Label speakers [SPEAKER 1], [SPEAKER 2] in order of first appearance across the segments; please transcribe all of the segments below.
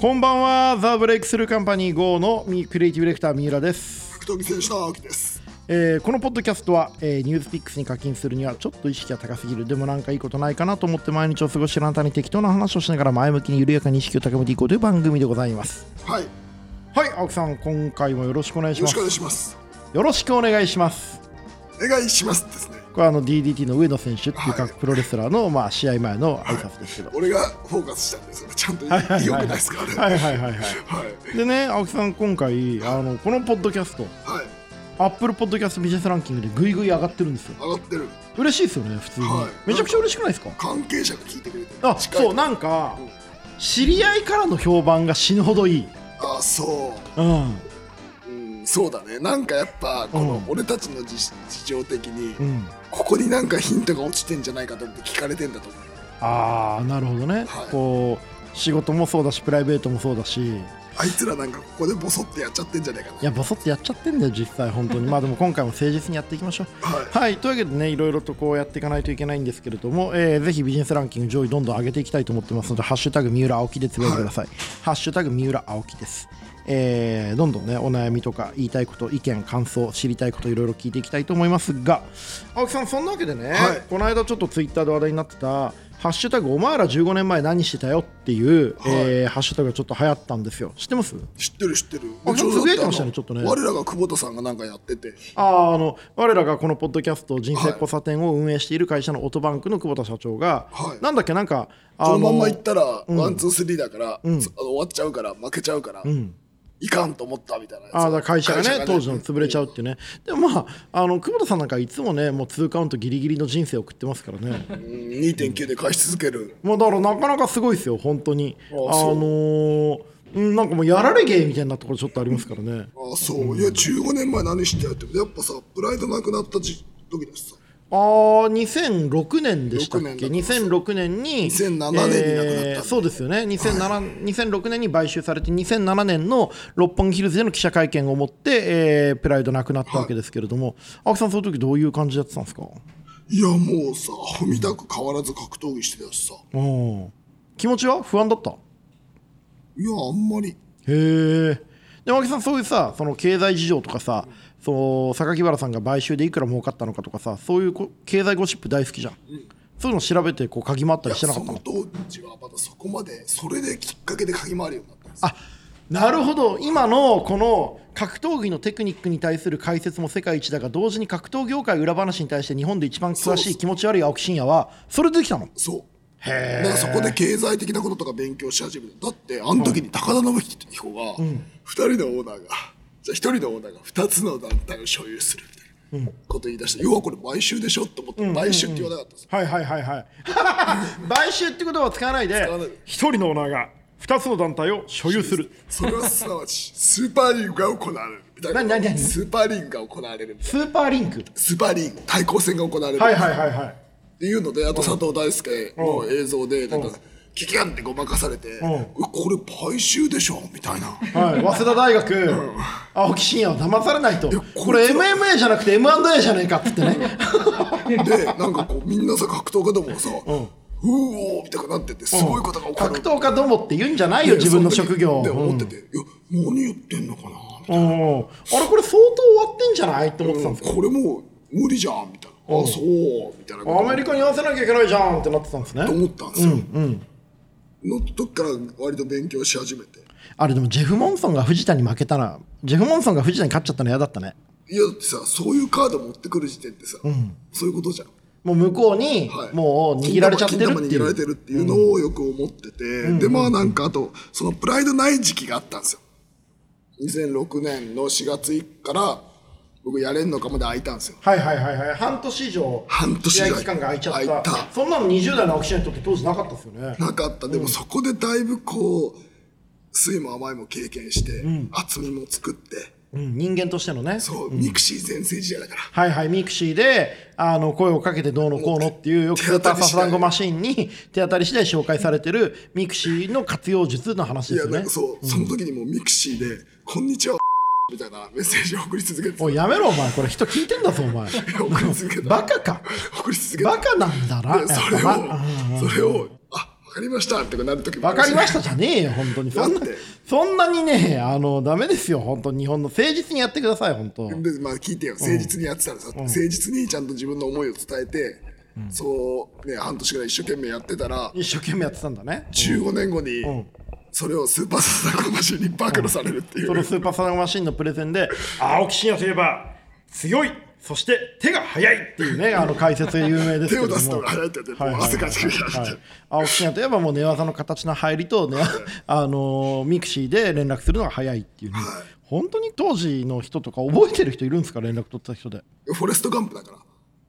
[SPEAKER 1] こんばんは、ザ・ブレイクスルーカンパニー GO のみクリエイティブディレクター、三浦です。
[SPEAKER 2] 格闘技選手の青木です。
[SPEAKER 1] えーこのポッドキャストは、えーニュースピックスに課金するにはちょっと意識が高すぎるでもなんかいいことないかなと思って毎日を過ごしているあなたに適当な話をしながら前向きに緩やかに意識を高めていこうという番組でございます
[SPEAKER 2] はい、よ
[SPEAKER 1] はい青木さん今回もよろしくお願いし
[SPEAKER 2] ろ
[SPEAKER 1] ま
[SPEAKER 2] しく
[SPEAKER 1] す
[SPEAKER 2] お願いします。
[SPEAKER 1] よろしくお願いします
[SPEAKER 2] お願いしますですね。
[SPEAKER 1] これはあの DDT の上野選手っていうか
[SPEAKER 2] はい
[SPEAKER 1] プロレスラーのまあ試合前の挨拶ですけど
[SPEAKER 2] 俺がフォーカスしたんですよ。ちゃんと言
[SPEAKER 1] はい
[SPEAKER 2] いよくないですからね。
[SPEAKER 1] は
[SPEAKER 2] はいい、
[SPEAKER 1] はいはいはいでね青木さん今回あのこのポッドキャスト
[SPEAKER 2] はい、
[SPEAKER 1] アップルポッドキャストビジネスランキングでぐいぐい上がってるんですよ
[SPEAKER 2] 上がってる。
[SPEAKER 1] 嬉しいですよね普通に、
[SPEAKER 2] はい
[SPEAKER 1] めちゃくちゃ嬉しくないですか
[SPEAKER 2] 関係者が聞いてくれてる。
[SPEAKER 1] あ
[SPEAKER 2] 近い
[SPEAKER 1] そうなんか
[SPEAKER 2] うん
[SPEAKER 1] 知り合いからの評判が死ぬほどいい、
[SPEAKER 2] あ、そ
[SPEAKER 1] うん
[SPEAKER 2] う。うん、そうだね。なんかやっぱ、こ
[SPEAKER 1] う
[SPEAKER 2] の
[SPEAKER 1] ん
[SPEAKER 2] 俺たちの事事情的に、
[SPEAKER 1] うん、
[SPEAKER 2] ここになんかヒントが落ちてんじゃないかと思って聞かれてんだと思う。
[SPEAKER 1] ああなるほどね、
[SPEAKER 2] はい
[SPEAKER 1] こう仕事もそうだしプライベートもそうだしい
[SPEAKER 2] あいつらなんかここでボソってやっちゃってんじゃないかな。
[SPEAKER 1] やボソってやっちゃってんだよ実際本当 にまあでも今回も誠実にやっていきましょう
[SPEAKER 2] はい、
[SPEAKER 1] はいというわけでねいろいろとこうやっていかないといけないんですけれども、えーぜひビジネスランキング上位どんどん上げていきたいと思ってますので「ハッシュタグ三浦青木」でつぶやいてください「ハッシュタグ三浦青木」ですえーどんどんねお悩みとか言いたいこと意見感想知りたいこといろいろ聞いていきたいと思いますが青木さんそんなわけでね、
[SPEAKER 2] はい
[SPEAKER 1] この間ちょっとツイッターで話題になってた「ハッシュタグお前ら15年前何してたよ」っていう、
[SPEAKER 2] はい
[SPEAKER 1] えーハッシュタグがちょっと流行ったんですよ知ってます
[SPEAKER 2] 知ってる知ってる。
[SPEAKER 1] あ
[SPEAKER 2] ちょうど
[SPEAKER 1] つぶやいて
[SPEAKER 2] だ
[SPEAKER 1] ましたね
[SPEAKER 2] あの
[SPEAKER 1] ちょっとね
[SPEAKER 2] 我らが久保田さんがなんかやってて。
[SPEAKER 1] あーあの我らがこのポッドキャスト人生交差点を運営している会社のオートバンクの久保田社長が、
[SPEAKER 2] はい
[SPEAKER 1] なんだっけなんかあ
[SPEAKER 2] このまんま
[SPEAKER 1] い
[SPEAKER 2] 行ったら、ワンツースリーだから、
[SPEAKER 1] ん
[SPEAKER 2] つあの終わっちゃうから負けちゃうから、
[SPEAKER 1] ん
[SPEAKER 2] いかんと思ったみたいなやつ
[SPEAKER 1] あーだから会社がね当時の潰れちゃ
[SPEAKER 2] う
[SPEAKER 1] うっていうね、でもまああの久保田さんなんかいつもねもう2カウントギリギリの人生を送ってますからね
[SPEAKER 2] ん2.9で返し続ける、
[SPEAKER 1] もうだからなかなかすごいですよ本当にあ
[SPEAKER 2] あーそう
[SPEAKER 1] のーうんなんかもうやられ芸みたいなところちょっとありますからね
[SPEAKER 2] ああそう、いや15年前何してやってやっぱさプライドなくなった時時だしさ
[SPEAKER 1] あー2006年でしたっけ
[SPEAKER 2] 6年だ
[SPEAKER 1] 2006年に
[SPEAKER 2] 2007年に亡くなったんだ
[SPEAKER 1] えーそうですよね2007 2006年に買収されて2007年の六本木ヒルズでの記者会見をもって、えープライドなくなったわけですけれども、青木さんその時どういう感じだったんですか
[SPEAKER 2] いやもうさ踏みたく変わらず格闘技してたしさ
[SPEAKER 1] うん気持ちは不安だったへ
[SPEAKER 2] いやあんまり
[SPEAKER 1] えで青木さんそういうさその経済事情とかさその榊原さんが買収でいくら儲かったのかとかさそういうこ経済ゴシップ大好きじゃん、そういうの調べてこう嗅ぎ回ったり
[SPEAKER 2] いや
[SPEAKER 1] してなか
[SPEAKER 2] そ
[SPEAKER 1] ったの
[SPEAKER 2] の当時はまだそこまでそれできっかけで鍵回るようになったんですよ
[SPEAKER 1] あなるほど今のこの格闘技のテクニックに対する解説も世界一だが同時に格闘業界裏話に対して日本で一番詳
[SPEAKER 2] そう
[SPEAKER 1] し
[SPEAKER 2] そ
[SPEAKER 1] いう気持ち悪い青木真也はそれでできたの
[SPEAKER 2] そう
[SPEAKER 1] へ
[SPEAKER 2] だからそこで経済的なこととか勉強し始めただってあの時に高田信彦が2人のオーナーがじゃあ1人のオーナーが2つの団体を所有するみたいなこと言い出して要はこれ買収でしょって思って買収って言わなかったんですよ
[SPEAKER 1] はいはいはいはい 買収って言葉を使わないで
[SPEAKER 2] 使わない
[SPEAKER 1] 一人のオーナーが2つの団体を所有する
[SPEAKER 2] それはすなわちスーパーリーグが行われるみたいな
[SPEAKER 1] 何何何
[SPEAKER 2] スーパーリーグが行われる
[SPEAKER 1] スーパーリンク
[SPEAKER 2] スーパーリーグ対抗戦が行われる
[SPEAKER 1] はいはいはいはい
[SPEAKER 2] っていうのであと佐藤大輔の映像でなんかキキャンってごまかされて
[SPEAKER 1] ん
[SPEAKER 2] えこれ買収でしょみたいな。
[SPEAKER 1] はい、早稲田大学、青木真也は騙されないと、これ、
[SPEAKER 2] こいつら
[SPEAKER 1] MMA じゃなくて M&A じゃねえかっつってね、
[SPEAKER 2] でなんかこうみんなさ格闘家どもがさ、うおーみたいになっててすごいことが起こ
[SPEAKER 1] 格
[SPEAKER 2] る、
[SPEAKER 1] 闘家どもって言うんじゃないよ、自分の職業を。
[SPEAKER 2] で思ってて、いや何言ってんのかな、
[SPEAKER 1] うん、あれこれ相当終わってんじゃないと思ってたんですよ、
[SPEAKER 2] これもう無理じゃんみたいな、あそうみたいなこと
[SPEAKER 1] アメリカに合わせなきゃいけないじゃんってなってたんですね
[SPEAKER 2] と思ったんですよ、の時から割と勉強し始めて
[SPEAKER 1] あれでもジェフ・モンソンが藤田に負けたらジェフ・モンソンが藤田に勝っちゃったの嫌だったね
[SPEAKER 2] いやだってさそういうカード持ってくる時点ってさ、そういうことじゃん
[SPEAKER 1] もう向こうに
[SPEAKER 2] はい
[SPEAKER 1] もう握られちゃってる
[SPEAKER 2] 金玉
[SPEAKER 1] って
[SPEAKER 2] 金玉握られ
[SPEAKER 1] い
[SPEAKER 2] て
[SPEAKER 1] う
[SPEAKER 2] るっていうのをよく思ってて、でまあなんかあとそのプライドない時期があったんですよ2006年の4月から僕やれんのかまで空いたんですよ
[SPEAKER 1] はいはいはいはい半年以上
[SPEAKER 2] 半年以
[SPEAKER 1] 試
[SPEAKER 2] 上
[SPEAKER 1] 合期間が空いちゃった
[SPEAKER 2] 空いた
[SPEAKER 1] そんなの20代の青木氏にとって当時なかったですよね
[SPEAKER 2] なかったでもそこでだいぶこう酸いも甘いも経験して、厚みも作って
[SPEAKER 1] うん人間としてのね
[SPEAKER 2] そうミクシー全盛時代だから
[SPEAKER 1] はいはい、ミクシーで、あの、声をかけてどうのこうのっていう、よくスーパーサスランゴマシーンに手当たり次第紹介されてるミクシーの活用術の話
[SPEAKER 2] い
[SPEAKER 1] で
[SPEAKER 2] や
[SPEAKER 1] すよ
[SPEAKER 2] なん
[SPEAKER 1] ね
[SPEAKER 2] か。そう、その時にもうミクシーで「こんにちは」みたいなメッセージを送り続けてた
[SPEAKER 1] おい、やめろ、お前。これ人聞いてんだぞ、お前。
[SPEAKER 2] 送り続けた
[SPEAKER 1] バカか。
[SPEAKER 2] 送り続けた
[SPEAKER 1] バカなんだな。やっ
[SPEAKER 2] でそ
[SPEAKER 1] ぱ
[SPEAKER 2] れ
[SPEAKER 1] な
[SPEAKER 2] をそれをあわかりましたってなる時もあ
[SPEAKER 1] わ
[SPEAKER 2] る
[SPEAKER 1] か
[SPEAKER 2] し
[SPEAKER 1] りましたじゃねえよ、本当に。そんな
[SPEAKER 2] だって、
[SPEAKER 1] そんなにね、あの、ダメですよ、本当に。日本の誠実にやってください、本当。
[SPEAKER 2] でまあ聞いてよ誠実にやってたらさ、誠実にちゃんと自分の思いを伝えて、そうね半年ぐらい一生懸命やってたら
[SPEAKER 1] 一生懸命やってたんだね。
[SPEAKER 2] 15年後に、それをスーパーサザコマシンに暴露されるっていう、
[SPEAKER 1] そのスーパーサナゴマシンのプレゼンで、青木真也といえば、強い、そして手が速いっていう ね、あの解説で有名ですけ
[SPEAKER 2] 手
[SPEAKER 1] れ
[SPEAKER 2] を
[SPEAKER 1] ど
[SPEAKER 2] 出すの
[SPEAKER 1] も
[SPEAKER 2] が。早いって言って、
[SPEAKER 1] はい
[SPEAKER 2] もう汗かきくりや
[SPEAKER 1] はい
[SPEAKER 2] て、
[SPEAKER 1] 青木真也といえばもう寝技の形の入りと、ね、あのミクシーで連絡するのが早いっていうね、本当に当時の人とか覚えてる人いるんですか連絡取ってた人で
[SPEAKER 2] フォレストガンプだから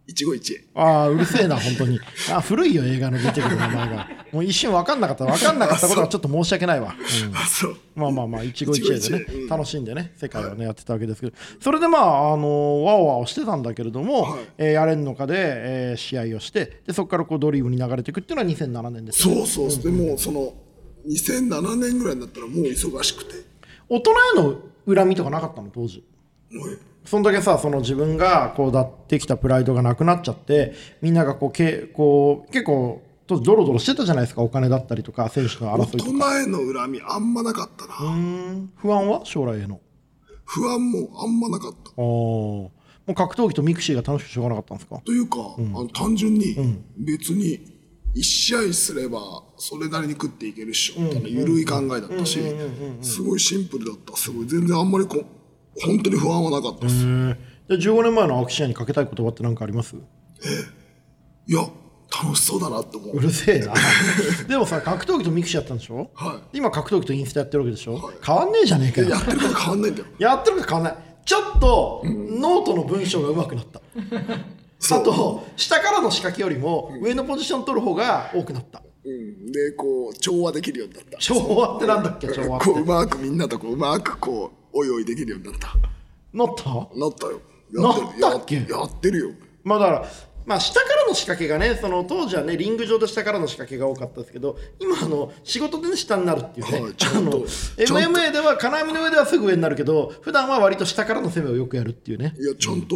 [SPEAKER 2] 一期一
[SPEAKER 1] ああうるせえな本当にあ古いよ映画の出てくる名前がもう一瞬分かんなかった分かんなかったことはちょっと申し訳ないわ、うん
[SPEAKER 2] 会あそう
[SPEAKER 1] まあまあまあ一期一会でね
[SPEAKER 2] 一期一会うん
[SPEAKER 1] 楽しんでね世界をねやってたわけですけどそれでまああのワオワオしてたんだけれども、
[SPEAKER 2] はい
[SPEAKER 1] えーやれんのかで、えー試合をしてでそこからこうドリームに流れていくっていうのは2007年です
[SPEAKER 2] そうそうそう、でもその2007年ぐらいになったらもう忙しくて
[SPEAKER 1] 大人への恨みとかなかったの当時
[SPEAKER 2] もう
[SPEAKER 1] そんだけさその自分がこうだってきたプライドがなくなっちゃってみんながこうけこう結構当時ドロドロしてたじゃないですかお金だったりとか選手の
[SPEAKER 2] 大
[SPEAKER 1] 争いとか
[SPEAKER 2] 人への恨みあんまなかったな、
[SPEAKER 1] うん不安は将来への
[SPEAKER 2] 不安もあんまなかった
[SPEAKER 1] あーもう格闘技とミクシーが楽しくてしょうがなかったんですか
[SPEAKER 2] というか、あの単純に別に1試合すればそれなりに食っていけるっしょみたいな緩い考えだったしすごいシンプルだったすごい全然あんまりこう本当に不安はなかったです、
[SPEAKER 1] で15年前の青木真也にかけたい言葉って何かあります
[SPEAKER 2] いや楽しそうだなって思う
[SPEAKER 1] うるせえな でもさ格闘技とミクシーやったんでしょ、
[SPEAKER 2] は
[SPEAKER 1] 今格闘技とインスタやってるわけでしょ、変わんねえじゃねえかよ
[SPEAKER 2] やってること変わんない んだよ
[SPEAKER 1] やってること変わんないちょっと、ノートの文章が上手くなったあと下からの仕掛けよりも上のポジション取る方が多くなった
[SPEAKER 2] うん、でこう調和できるようになった
[SPEAKER 1] 調和ってなんだっけ調和って
[SPEAKER 2] こううまくみんなとこううまくこうおいおいできるようになった
[SPEAKER 1] なった
[SPEAKER 2] なったよ
[SPEAKER 1] なったっけ
[SPEAKER 2] ややってるよ
[SPEAKER 1] まあだから、まあ、下からの仕掛けがねその当時はねリング上と下からの仕掛けが多かったですけど今あの仕事で、ね、下になるっていうね、
[SPEAKER 2] はいち
[SPEAKER 1] あ
[SPEAKER 2] ゃん
[SPEAKER 1] の
[SPEAKER 2] とちゃんと
[SPEAKER 1] MMA では金網の上ではすぐ上になるけど普段は割と下からの攻めをよくやるっていうね
[SPEAKER 2] いやちゃんと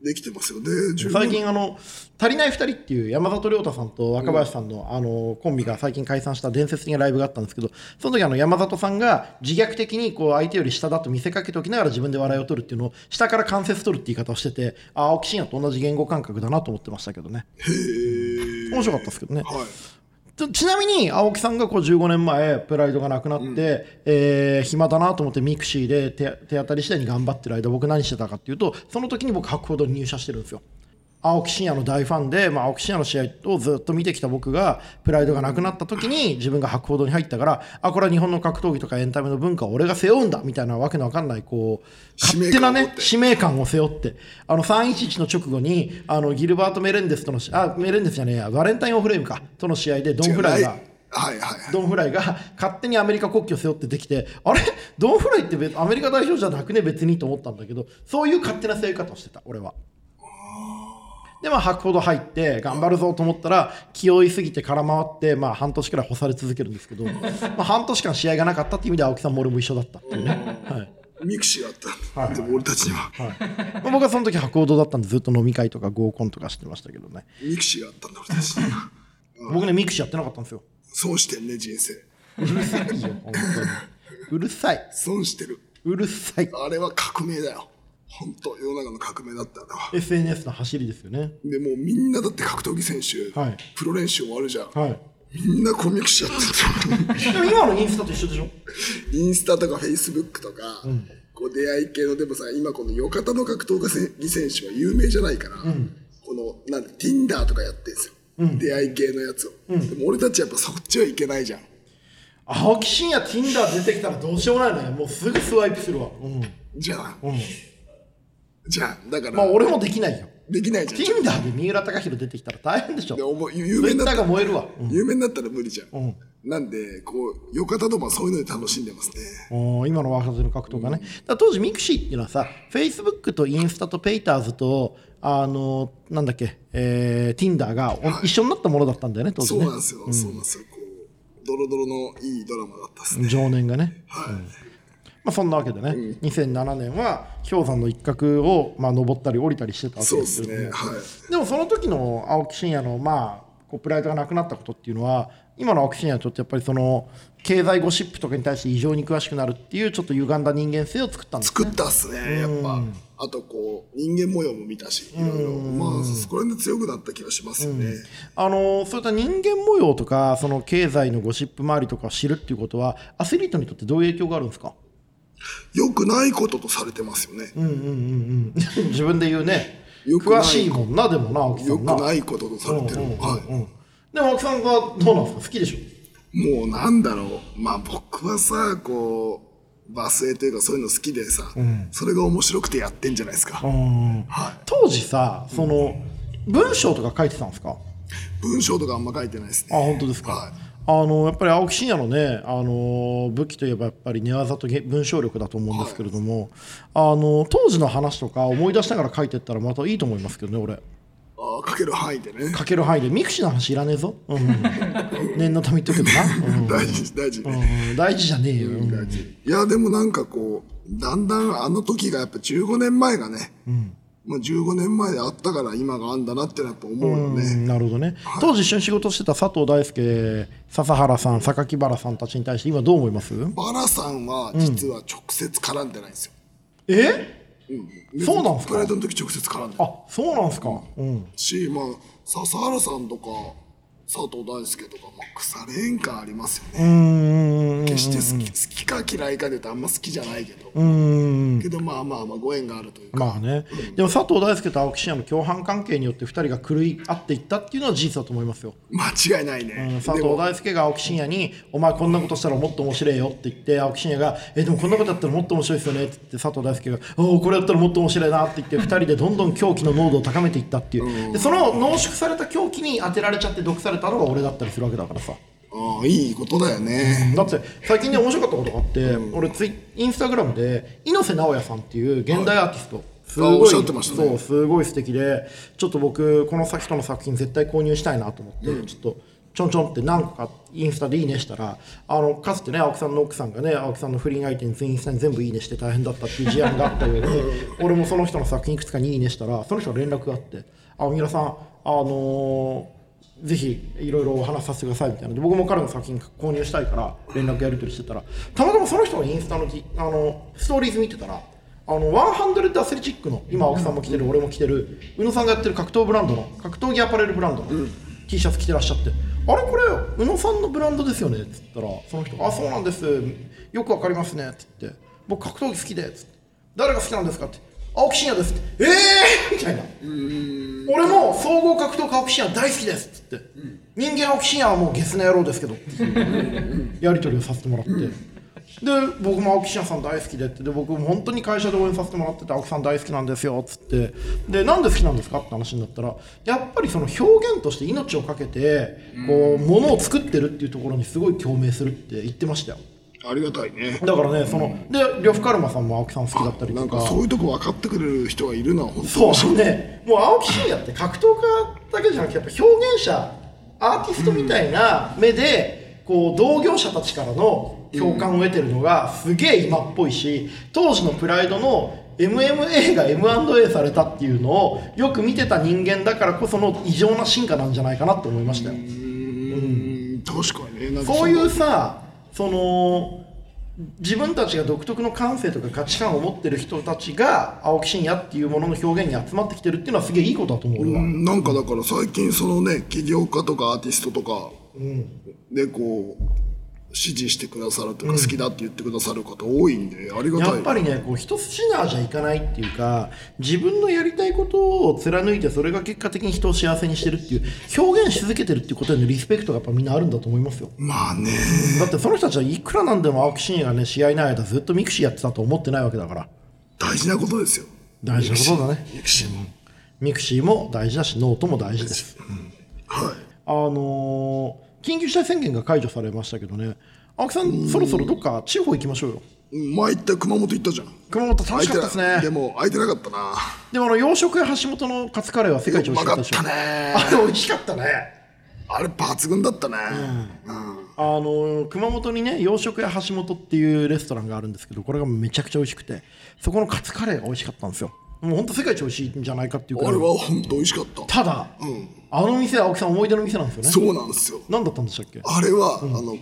[SPEAKER 2] できてますよね十分
[SPEAKER 1] 最近あの「足りない2人」っていう山里亮太さんと若林さんの,、あのコンビが最近解散した伝説的なライブがあったんですけどその時あの山里さんが自虐的にこう相手より下だと見せかけておきながら自分で笑いを取るっていうのを下から関節取るって言い方をしててあ青木真也と同じ言語感覚だなと思ってましたけどね
[SPEAKER 2] へえ
[SPEAKER 1] 面白かったですけどね
[SPEAKER 2] はい
[SPEAKER 1] ちょちなみに青木さんがこう15年前プライドがなくなって、えー暇だなと思ってミクシーで手手当たり次第に頑張ってる間僕何してたかっていうとその時に僕白鵬堂に入社してるんですよ青木真也の大ファンで、まあ、青木真也の試合をずっと見てきた僕がプライドがなくなった時に自分が白鵬堂に入ったからあこれは日本の格闘技とかエンタメの文化を俺が背負うんだみたいなわけのわかんないこう
[SPEAKER 2] 使
[SPEAKER 1] 勝手
[SPEAKER 2] 命感
[SPEAKER 1] な
[SPEAKER 2] を持って
[SPEAKER 1] ね使命感を背負ってあの311の直後にあのギルバート・メレンデスとのしあメレンデスじゃねえやバレンタイン・オフレームかとの試合でドン・フライが
[SPEAKER 2] はいはいはい
[SPEAKER 1] ドン・フライが勝手にアメリカ国旗を背負ってできてあれドン・フライって別アメリカ代表じゃなくね別にと思ったんだけどそういう勝手な背負い方をしてた俺は。でまあ白ほど入って頑張るぞと思ったら気負いすぎて空回ってまあ半年くらい干され続けるんですけどまあ半年間試合がなかったっていう意味で青木さんも俺も一緒だったっていうね。はい
[SPEAKER 2] ミクシーがあった、
[SPEAKER 1] はい
[SPEAKER 2] でも俺たちには、
[SPEAKER 1] ま あ僕はその時白鸚堂だったんでずっと飲み会とか合コンとかしてましたけどね
[SPEAKER 2] ミクシーがあったんだ俺たちには
[SPEAKER 1] 僕ねミクシーやってなかったんですよ
[SPEAKER 2] 損してんね人生
[SPEAKER 1] うるさいよ本当にうるさい
[SPEAKER 2] 損してる
[SPEAKER 1] うるさい
[SPEAKER 2] あれは革命だよ本当世の中の革命だったんだわ
[SPEAKER 1] SNS の走りですよね
[SPEAKER 2] でもうみんなだって格闘技選手、
[SPEAKER 1] はい
[SPEAKER 2] プロ練習終わるじゃん、
[SPEAKER 1] はい
[SPEAKER 2] みんなコミックしちゃって る
[SPEAKER 1] でも今のインスタと一緒でしょ
[SPEAKER 2] インスタとかフェイスブックとか、こう出会い系のでもさ今このよかたの格闘技選手は有名じゃないから、このなんて Tinder とかやってんですよ、出会い系のやつを、でも俺たちやっぱそっちはいけないじゃん
[SPEAKER 1] 青木真也 Tinder 出てきたらどうしようもないねもうすぐスワイプするわうん、
[SPEAKER 2] じゃあ、じゃあだから、
[SPEAKER 1] まあ俺もできないよ
[SPEAKER 2] できないじゃん
[SPEAKER 1] Tinder で三浦貴大出てきたら大変でしょ
[SPEAKER 2] でおも有名になった
[SPEAKER 1] Twitter が燃えるわ、うん
[SPEAKER 2] 有名になったら無理じゃん、
[SPEAKER 1] ん
[SPEAKER 2] なんでこうよかたどもはそういうので楽しんでますね
[SPEAKER 1] おー今の若手の格闘家ね、だから当時ミクシーっていうのはさフェイスブックとインスタとペイターズとあのなんだっけ、えー、Tinder がお一緒になったものだったんだよね当時
[SPEAKER 2] そう
[SPEAKER 1] ね
[SPEAKER 2] なんですよ、そうなんですよこうドロドロのいいドラマだったっすね、
[SPEAKER 1] 情念がね、
[SPEAKER 2] はい
[SPEAKER 1] まあ、そんなわけでね、2007年は氷山の一角を、まあ、登ったり降りたりしてたわけ
[SPEAKER 2] そう
[SPEAKER 1] で
[SPEAKER 2] ですす
[SPEAKER 1] けれども
[SPEAKER 2] ねはい
[SPEAKER 1] でもその時の青木真也のまあこうプライドがなくなったことっていうのは今の青木真也はちょっとやっぱりその経済ゴシップとかに対して異常に詳しくなるっていうちょっと歪んだ人間性を作ったんです
[SPEAKER 2] 作ったっすねやっぱ、あとこう人間模様も見たしいろいろまあそこら辺で強くなった気がしますよね、
[SPEAKER 1] あのそういった人間模様とかその経済のゴシップ周りとかを知るっていうことはアスリートにとってどういう影響があるんですか
[SPEAKER 2] よくないこととされてますよね、
[SPEAKER 1] 自分で言うね
[SPEAKER 2] よくない
[SPEAKER 1] 詳しいもんなでもな青木さ
[SPEAKER 2] よ
[SPEAKER 1] ん
[SPEAKER 2] く
[SPEAKER 1] な
[SPEAKER 2] ないこととされてる、はい
[SPEAKER 1] でも青木さんがどうなんですか好きでしょ
[SPEAKER 2] もうなんだろうまあ僕はさこうバスエというかそういうの好きでさ、それが面白くてやってんじゃないですか、はい
[SPEAKER 1] 当時さその文章とか書いてたんですか
[SPEAKER 2] 文章とかあんま書いてないです
[SPEAKER 1] あ
[SPEAKER 2] ね
[SPEAKER 1] 本当ですか、
[SPEAKER 2] はい
[SPEAKER 1] あのやっぱり青木真也のね、あの武器といえばやっぱり寝技とげ文章力だと思うんですけれども、あの当時の話とか思い出しながら書いてったらまたいいと思いますけどね俺
[SPEAKER 2] あー書ける範囲でね
[SPEAKER 1] 書ける範囲でミクシーの話いらねえぞ、うん念のため言っとくけどな、うん
[SPEAKER 2] 大事大事、
[SPEAKER 1] うん大事じゃねえよ、うん
[SPEAKER 2] 大事いやでもなんかこうだんだんあの時がやっぱ15年前がね、まあ、15年前であったから今があんだなってのはやっぱ思うよね、
[SPEAKER 1] うんなるほどね当時一緒に仕事してた佐藤大輔笹原さん榊原さんたちに対して今どう思います
[SPEAKER 2] バラさんは実は直接絡んでないんですよ、
[SPEAKER 1] えそうなんすか
[SPEAKER 2] プライドの時直接絡んでない
[SPEAKER 1] あそうなんすか、うん、
[SPEAKER 2] し、まあ、笹原さんとか佐藤大輔とか、まあ、腐れん感ありますよね、決して好き好きか嫌いかで言うとあんま好きじゃないけど、けどまあまあまあご縁があるというか、
[SPEAKER 1] まあね、でも佐藤大輔と青木真也の共犯関係によって2人が狂い合っていったっていうのは事実だと思いますよ、
[SPEAKER 2] 間違いないね、
[SPEAKER 1] うん佐
[SPEAKER 2] で
[SPEAKER 1] 藤
[SPEAKER 2] も
[SPEAKER 1] 大輔が青木真也に「お前こんなことしたらもっと面白いよ」って言って青木真也が「えでもこんなことやったらもっと面白いですよね」って言って佐藤大輔が「おおこれやったらもっと面白いな」って言って2人でどんどん狂気の濃度を高めていったっていうでその濃縮された狂気に当てられちゃって毒されたのが俺だったりするわけだからさ
[SPEAKER 2] ああいいことだよね、
[SPEAKER 1] だって最近ね面白かったことがあって、俺ツイインスタグラムで猪瀬直哉さんっていう現代アーティスト、す
[SPEAKER 2] あお
[SPEAKER 1] ご
[SPEAKER 2] っ
[SPEAKER 1] い
[SPEAKER 2] しゃってましたね
[SPEAKER 1] そうすごい素敵でちょっと僕この作人の作品絶対購入したいなと思って、ちょっとちょんちょんって何個かインスタで「いいね」したらあのかつてね青木さんの奥さんがね青木さんの不倫相手にインスタに全部「いいね」して大変だったっていう事案があったように俺もその人の作品いくつかに「いいね」したらその人から連絡があって「青木さんあのーぜひいろいろお話しさせてくださいみたいなで僕も彼の作品購入したいから連絡やり取りしてたらたまたまその人のインスタのじあのストーリーズ見てたらあの100アスレチックの今青木さんも着てる俺も着てる宇野さんがやってる格闘ブランドの格闘技アパレルブランドの T シャツ着てらっしゃって「あれこれ宇野さんのブランドですよね」っつったらその人が「あそうなんですよくわかりますね」っつって「僕格闘技好きで」っつって「誰が好きなんですか?」って「青木真也です」って「ええー!」みたいな。俺も総合格闘家青木真也大好きですっつって、人間青木真也はもうゲスな野郎ですけどっていうやり取りをさせてもらって、で僕も青木真也さん大好きでってで僕も本当に会社で応援させてもらってて青木さん大好きなんですよっつってでなんで好きなんですかって話になったらやっぱりその表現として命を懸けてこうものを作ってるっていうところにすごい共鳴するって言ってましたよ
[SPEAKER 2] ありがたいね
[SPEAKER 1] だからねそので呂布カルマさんも青木さん好きだったり
[SPEAKER 2] な
[SPEAKER 1] と
[SPEAKER 2] ん
[SPEAKER 1] か
[SPEAKER 2] かそういうとこ分かってくれる人がいるのは本当
[SPEAKER 1] そうそうね、もう青木真也って格闘家だけじゃなくて、やっぱ表現者、アーティストみたいな目で、こう同業者たちからの共感を得てるのが、すげえ今っぽいし、当時のプライドの MMA が M&A されたっていうのを、よく見てた人間だからこその異常な進化なんじゃないかなと思いましたよ。
[SPEAKER 2] うん確かにねなんか
[SPEAKER 1] そういうさその自分たちが独特の感性とか価値観を持ってる人たちが青木真也っていうものの表現に集まってきてるっていうのはすげえいいことだと思う俺は、
[SPEAKER 2] うんなんかだから最近そのね起業家とかアーティストとかでこう支持してくださるというか好きだって言ってくださる方多いんでありがたい
[SPEAKER 1] やっぱりねこう一筋縄じゃいかないっていうか自分のやりたいことを貫いてそれが結果的に人を幸せにしてるっていう表現し続けてるっていうことへのリスペクトがやっぱみんなあるんだと思いますよ
[SPEAKER 2] まあね
[SPEAKER 1] だってその人たちはいくらなんでも青木真也がね試合の間ずっとミクシーやってたと思ってないわけだから
[SPEAKER 2] 大事なことですよ
[SPEAKER 1] 大事なことだね
[SPEAKER 2] ミクシィも
[SPEAKER 1] ミクシーも大事だしノートも大事です
[SPEAKER 2] はい
[SPEAKER 1] あのー緊急事態宣言が解除されましたけどね、青木さん、そろそろどっか地方行きましょうよ。
[SPEAKER 2] うん前行った熊本行ったじゃん
[SPEAKER 1] 熊本楽しかったです
[SPEAKER 2] 空
[SPEAKER 1] ね。
[SPEAKER 2] いてない
[SPEAKER 1] で
[SPEAKER 2] で
[SPEAKER 1] も、
[SPEAKER 2] も空いてなかったな
[SPEAKER 1] あの洋食屋橋本のカツカレーは世界一美
[SPEAKER 2] う
[SPEAKER 1] 味
[SPEAKER 2] ま
[SPEAKER 1] しかっ
[SPEAKER 2] か
[SPEAKER 1] たで
[SPEAKER 2] っ
[SPEAKER 1] しょ。
[SPEAKER 2] たね
[SPEAKER 1] あれ美味しかったね。
[SPEAKER 2] あれ抜群だったねうん
[SPEAKER 1] あのー熊本にね洋食屋橋本っていうレストランがあるんですけどこれがめちゃくちゃ美味しくてそこのカツカレーが美味しかったんですよもうほんと世界一美味しいんじゃないかっていうく
[SPEAKER 2] あ
[SPEAKER 1] らい
[SPEAKER 2] れは本当美味しかった
[SPEAKER 1] ただ、あの店青木さん思い出の店なんですよね
[SPEAKER 2] そうなんですよ
[SPEAKER 1] 何だったんでしたっけ
[SPEAKER 2] あれは、あの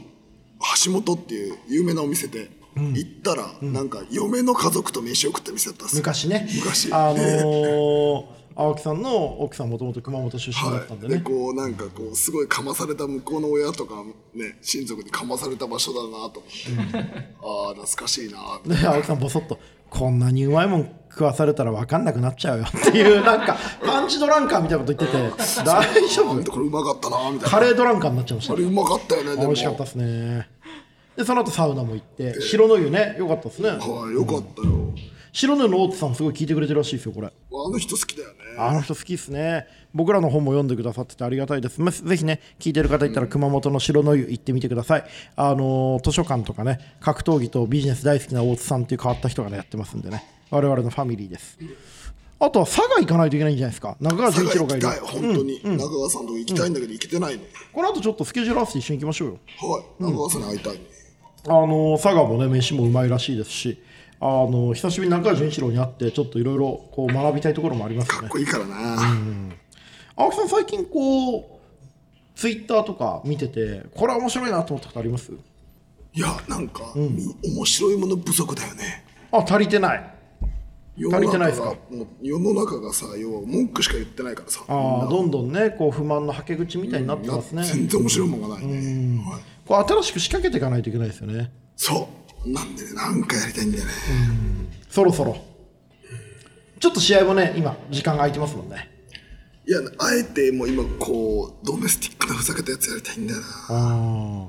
[SPEAKER 2] 橋本っていう有名なお店で、行ったら、なんか嫁の家族と飯を食った店だったんですよ
[SPEAKER 1] 昔ね
[SPEAKER 2] 昔
[SPEAKER 1] あのー、青木さんの奥さんもともと熊本出身だったんで
[SPEAKER 2] はい、
[SPEAKER 1] ね、
[SPEAKER 2] でこうなんかこうすごいかまされた向こうの親とかね親族にかまされた場所だなと思って、ああ懐かしいなみたいな
[SPEAKER 1] で青木さんボソッと「こんなにうまいもん食わされたら分かんなくなっちゃうよ」っていうなんかパンチドランカーみたいなこと言ってて大丈
[SPEAKER 2] なん
[SPEAKER 1] 夫
[SPEAKER 2] でこれうまかったなみたいな
[SPEAKER 1] カレードランカーになっちゃいました
[SPEAKER 2] あれうまかったよねで
[SPEAKER 1] 美
[SPEAKER 2] も
[SPEAKER 1] 味しかったですねでその後サウナも行って白の湯ねよかったですね
[SPEAKER 2] はいよかったよ、
[SPEAKER 1] 白の湯の大手さんすごい聞いてくれてるらしいですよこれ
[SPEAKER 2] あの人好きだよね
[SPEAKER 1] あの人好きですね僕らの本も読んでくださっててありがたいですまぜひね聞いてる方いたら熊本の白の湯行ってみてくださいあのー図書館とかね格闘技とビジネス大好きな大津さんっていう変わった人がねやってますんでね我々のファミリーですあとは佐賀行かないといけないんじゃないですか中川
[SPEAKER 2] 佐
[SPEAKER 1] 純
[SPEAKER 2] 賀
[SPEAKER 1] 一郎
[SPEAKER 2] 行
[SPEAKER 1] がい
[SPEAKER 2] き
[SPEAKER 1] る
[SPEAKER 2] たい本当に、中川さんとこ行きたいんだけど行けてないね、
[SPEAKER 1] この後ちょっとスケジュール合わせて一緒に行きましょうよ
[SPEAKER 2] はい中川さんに会いたいね、
[SPEAKER 1] あの佐賀もね飯もうまいらしいですしあの久しぶりに中川純一郎に会ってちょっといろいろこう学びたいところもあります
[SPEAKER 2] か
[SPEAKER 1] ね
[SPEAKER 2] っこいいからな、
[SPEAKER 1] 青木さん最近こうツイッターとか見ててこれは面白いなと思ったことあります
[SPEAKER 2] いやなんか、面白いもの不足だよね
[SPEAKER 1] あ足りてない
[SPEAKER 2] 世
[SPEAKER 1] 足
[SPEAKER 2] の
[SPEAKER 1] りて
[SPEAKER 2] 中
[SPEAKER 1] ない
[SPEAKER 2] が
[SPEAKER 1] ですか
[SPEAKER 2] もう世の中がさ要は文句しか言ってないからさ
[SPEAKER 1] あーどんどんねこう不満のはけ口みたいになってますね、
[SPEAKER 2] 全然面白いもんがないね、はい、
[SPEAKER 1] こう新しく仕掛けていかないといけないですよね
[SPEAKER 2] そうなんでねなんかやりたいんだよね、
[SPEAKER 1] そろそろちょっと試合もね今時間が空いてますもんね
[SPEAKER 2] いやあえてもう今こうドメスティックなふざけたやつやりたいんだよな
[SPEAKER 1] ああ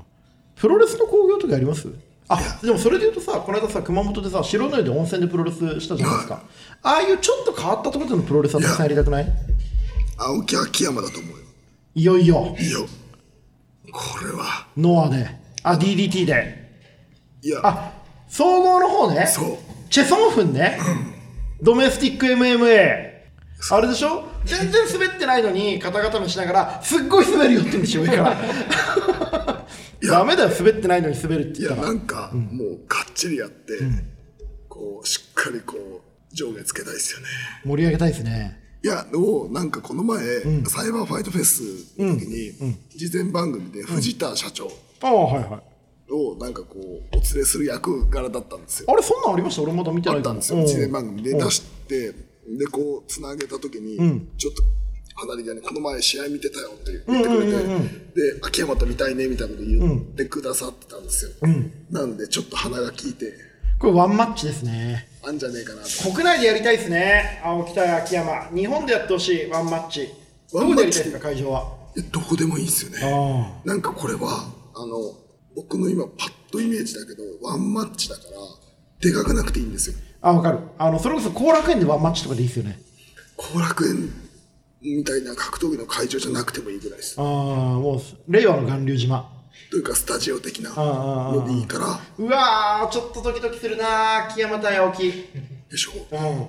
[SPEAKER 1] プロレスの興行とかやりますあでもそれで言うとさこの間さ熊本でさ白の湯で温泉でプロレスしたじゃないですかああいうちょっと変わったところでのプロレスはたくさんやりたくない
[SPEAKER 2] 青木秋山だと思うよ
[SPEAKER 1] いよいよ
[SPEAKER 2] いいよこれは
[SPEAKER 1] ノアであ DDT で
[SPEAKER 2] いや
[SPEAKER 1] あ総合の方ね
[SPEAKER 2] そう
[SPEAKER 1] チェソンフンねドメスティック MMA あれでしょ全然滑ってないのに肩固めしながらすっごい滑るよって言うんでしょ上からダメだよ滑ってないのに滑るって
[SPEAKER 2] い
[SPEAKER 1] 言った
[SPEAKER 2] や
[SPEAKER 1] ら
[SPEAKER 2] なんかもうがっちりやって、こうしっかりこう上下つけたいですよね
[SPEAKER 1] 盛り上げたいですね
[SPEAKER 2] いやでもなんかこの前、サイバーファイトフェスの時に、事前番組で藤田社長
[SPEAKER 1] ああはいはい
[SPEAKER 2] をなんかこうお連れする役柄だったんですよ
[SPEAKER 1] あれそんなんありました俺まだ見てない
[SPEAKER 2] だったんですよ、
[SPEAKER 1] う
[SPEAKER 2] 1年番組で出して、で、こう、つなげたときに、ちょっと、離れ際に、この前試合見てたよって言ってくれて、で、秋山と見たいね、みたいなこと言ってくださってたんですよ。なんで、ちょっと鼻が利いて、
[SPEAKER 1] これワンマッチですね
[SPEAKER 2] あんじゃねえかなと。
[SPEAKER 1] 国内でやりたいですね青木対秋山日本でやってほしいワンマッチど
[SPEAKER 2] ワン
[SPEAKER 1] こ
[SPEAKER 2] マ
[SPEAKER 1] で
[SPEAKER 2] ッチ
[SPEAKER 1] やりたいですか会場はい
[SPEAKER 2] やどこでもいいんですよね。
[SPEAKER 1] あ
[SPEAKER 2] なんかこれは、あの、僕の今、パッとイメージだけど、ワンマッチだから、でかくなくていいんですよ。
[SPEAKER 1] あ分かるあのそれこそ後楽園でワンマッチとかでいいですよね
[SPEAKER 2] 後楽園みたいな格闘技の会場じゃなくてもいいぐらいです。
[SPEAKER 1] ああもう令和の巌流島
[SPEAKER 2] というか、スタジオ的な
[SPEAKER 1] ああ
[SPEAKER 2] のでいいから、
[SPEAKER 1] うわーちょっとドキドキするなー秋山対青木
[SPEAKER 2] でしょ
[SPEAKER 1] うん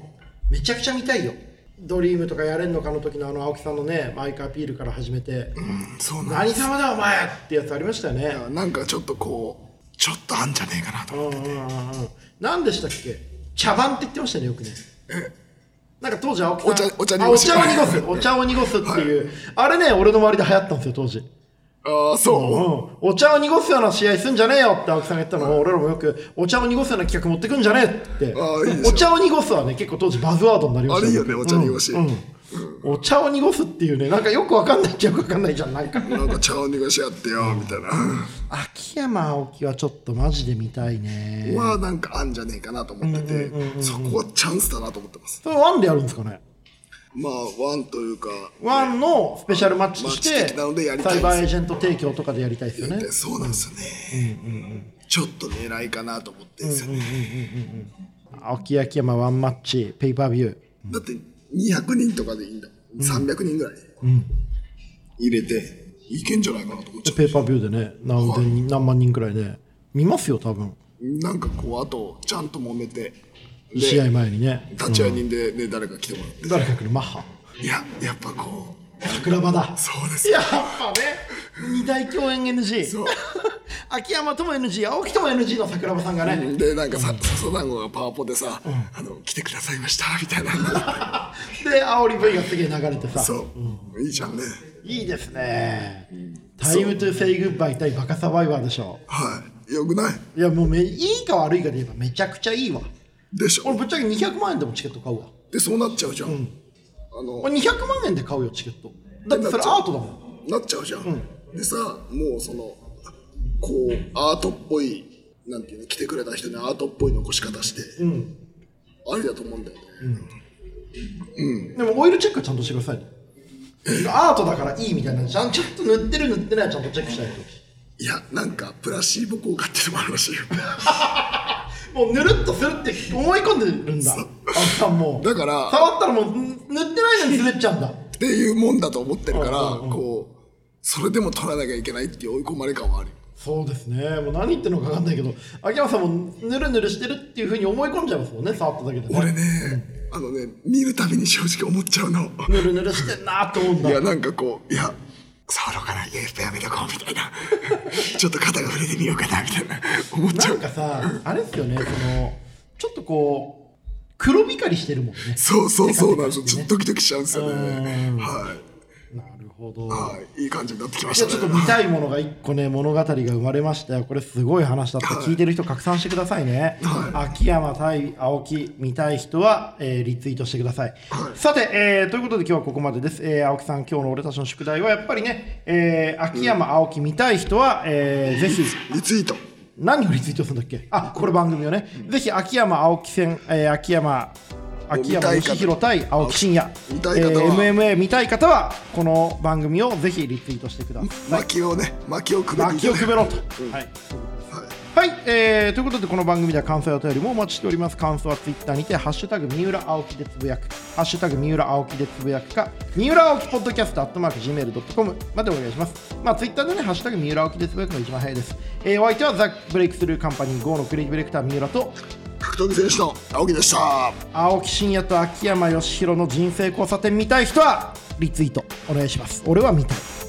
[SPEAKER 1] めちゃくちゃ見たいよドリームとかやれんのかの時のあの青木さんのねマイクアピールから始めて
[SPEAKER 2] そうなん
[SPEAKER 1] 何様だお前ってやつありましたよね
[SPEAKER 2] だなんかちょっとこうちょっとあんじゃねえかなと思って
[SPEAKER 1] 何でしたっけ茶番って言ってましたねよくねなんか当時青木さん
[SPEAKER 2] お茶お茶
[SPEAKER 1] あお
[SPEAKER 2] 濁す
[SPEAKER 1] 茶を濁すお茶を濁すっていう、あれね俺の周りで流行ったんですよ当時、
[SPEAKER 2] ああそう、
[SPEAKER 1] うん、お茶を濁すような試合すんじゃねえよって青木さんが言ったのを、俺らもよくお茶を濁すような企画持ってくんじゃねえって
[SPEAKER 2] あーいいでし
[SPEAKER 1] お
[SPEAKER 2] ょ
[SPEAKER 1] 茶を濁すはね結構当時バズワードになりま
[SPEAKER 2] あ
[SPEAKER 1] した
[SPEAKER 2] れいいよねお茶濁し、
[SPEAKER 1] お茶を濁すっていうねなんかよくわかんないっちゃよくわかんないじゃんないか
[SPEAKER 2] なんか茶を濁し合ってよみたいな、
[SPEAKER 1] 秋山青木はちょっとマジで見たいね
[SPEAKER 2] はなんかあんじゃねえかなと思ってて、そこはチャンスだなと思ってます
[SPEAKER 1] それワンでやるんですかね
[SPEAKER 2] まあワンというか
[SPEAKER 1] ワンのスペシャルマッチとし
[SPEAKER 2] マッチ
[SPEAKER 1] て
[SPEAKER 2] 的なのでやりたい
[SPEAKER 1] サ
[SPEAKER 2] で
[SPEAKER 1] イ
[SPEAKER 2] す
[SPEAKER 1] バーエージェント提供とかでやりたいですよね
[SPEAKER 2] でそうなんですよね、ちょっと狙いかなと思ってんですよね、
[SPEAKER 1] 青木秋山ワンマッチペイパービュー
[SPEAKER 2] だって200人とかでいいんだもん300人ぐらい入れていけんじゃないかなと思っちゃう
[SPEAKER 1] ペイパービューでね何千人何万人くらいね見ますよ多分
[SPEAKER 2] なんかこうあとちゃんと揉めてで
[SPEAKER 1] 試合前にね
[SPEAKER 2] 立ち会い人で、ね誰か来てもらって
[SPEAKER 1] 誰か来るマッハ
[SPEAKER 2] いややっぱこ
[SPEAKER 1] 桜庭だ
[SPEAKER 2] うそうです
[SPEAKER 1] やっぱね二大共演 NG
[SPEAKER 2] そう
[SPEAKER 1] 秋山とも NG 青木とも NG の桜庭さんがね
[SPEAKER 2] でなんかさ笹団子がパワポでさ、あの「来てくださいました」みたいな
[SPEAKER 1] で煽り V がすげえ流れてさ
[SPEAKER 2] そう、いいじゃんね
[SPEAKER 1] いいですね。タイムトゥセイグッバイ対バカサバイバーでしょ。
[SPEAKER 2] はいよくないう
[SPEAKER 1] いやもうめいいか悪いかで言えばめちゃくちゃいいわ。
[SPEAKER 2] でしょ
[SPEAKER 1] 俺ぶっちゃけ200万円でもチケット買うわ。
[SPEAKER 2] でそうなっちゃうじゃん、あの
[SPEAKER 1] 俺200万円で買うよチケット。だってそれアートだもん。
[SPEAKER 2] なっちゃうじゃん、でさもうそのこうアートっぽいなんていうの来てくれた人にアートっぽい残し方して、ありだと思うんだよね、
[SPEAKER 1] でもオイルチェックはちゃんとしてくださいね。アートだからいいみたいなちゃんちゃんと塗ってる塗ってないはちゃんとチェックしないと。
[SPEAKER 2] いやなんかプラシーボ効果っていうのもあるらしいよ
[SPEAKER 1] もうぬるっとするって思い込んでるんだ。あんさんもう。
[SPEAKER 2] だから
[SPEAKER 1] 触ったらもう塗ってないのに滑っちゃうんだ。
[SPEAKER 2] っていうもんだと思ってるから、こうそれでも取らなきゃいけないっていう追い込まれ感はあるよ
[SPEAKER 1] そうですね、もう何言ってるのか分かんないけど、秋山さんもぬるぬるしてるっていうふうに思い込んじゃいますもんね、触っただけで、
[SPEAKER 2] 俺
[SPEAKER 1] ね。
[SPEAKER 2] ね、あのね見るたびに正直思っちゃうの
[SPEAKER 1] ぬるぬるしてんなと思うんだ
[SPEAKER 2] い。やなんかこういや触ろうかな UFP やめとこうみたいな ちょっと肩が触れてみようかなみたいな思っちゃ
[SPEAKER 1] な
[SPEAKER 2] うん
[SPEAKER 1] かさ、あれですよね、その、ちょっとこう、黒光りしてるもんね。
[SPEAKER 2] そうそうそうなんで
[SPEAKER 1] テカ
[SPEAKER 2] す
[SPEAKER 1] テカして
[SPEAKER 2] ちょ
[SPEAKER 1] ね
[SPEAKER 2] っとドキドキしちゃうんですよね
[SPEAKER 1] うん
[SPEAKER 2] は
[SPEAKER 1] なるほど。
[SPEAKER 2] い、はい、いい感じになってき
[SPEAKER 1] い
[SPEAKER 2] ま
[SPEAKER 1] や
[SPEAKER 2] し
[SPEAKER 1] ちょったと
[SPEAKER 2] ね
[SPEAKER 1] 見たいものが一個ね物語が生まれましたよこれすごい話だって聞いてる人拡散してくださいね、秋山対青木見たい人は、えーリツイートしてください、さて、えーということで今日はここまでです、えー青木さん今日の俺たちの宿題はやっぱりね、えー秋山、青木見たい人は、えーぜひ
[SPEAKER 2] リツイート
[SPEAKER 1] 何をリツイートするんだっけあこれ番組をね、ぜひ秋山青木戦、えー秋山秋山義弘対青木真也、え
[SPEAKER 2] 見たい方は
[SPEAKER 1] ー MMA 見たい方はこの番組をぜひリツイートしてください
[SPEAKER 2] 薪をね薪をくべてい
[SPEAKER 1] 巻き
[SPEAKER 2] た
[SPEAKER 1] を
[SPEAKER 2] だ
[SPEAKER 1] く
[SPEAKER 2] いて
[SPEAKER 1] べろと、はいはい、えーということでこの番組では感想やお便りもお待ちしております感想はツイッターにて「ハッシュタグ三浦青木」でつぶやく「ハッシュタグ三浦青木」でつぶやくか三浦青木ポッドキャストアットマーク Gmail.com までお願いしますまあツイッターでね「ハッシュタグ三浦青木」でつぶやくのが一番早いです、えーお相手はザ・ブレイクスルーカンパニー GO のクリエイティブディレクター三浦と
[SPEAKER 2] 格闘技選手の青木でした
[SPEAKER 1] 青木真也と秋山義弘の人生交差点見たい人はリツイートお願いします俺は見たい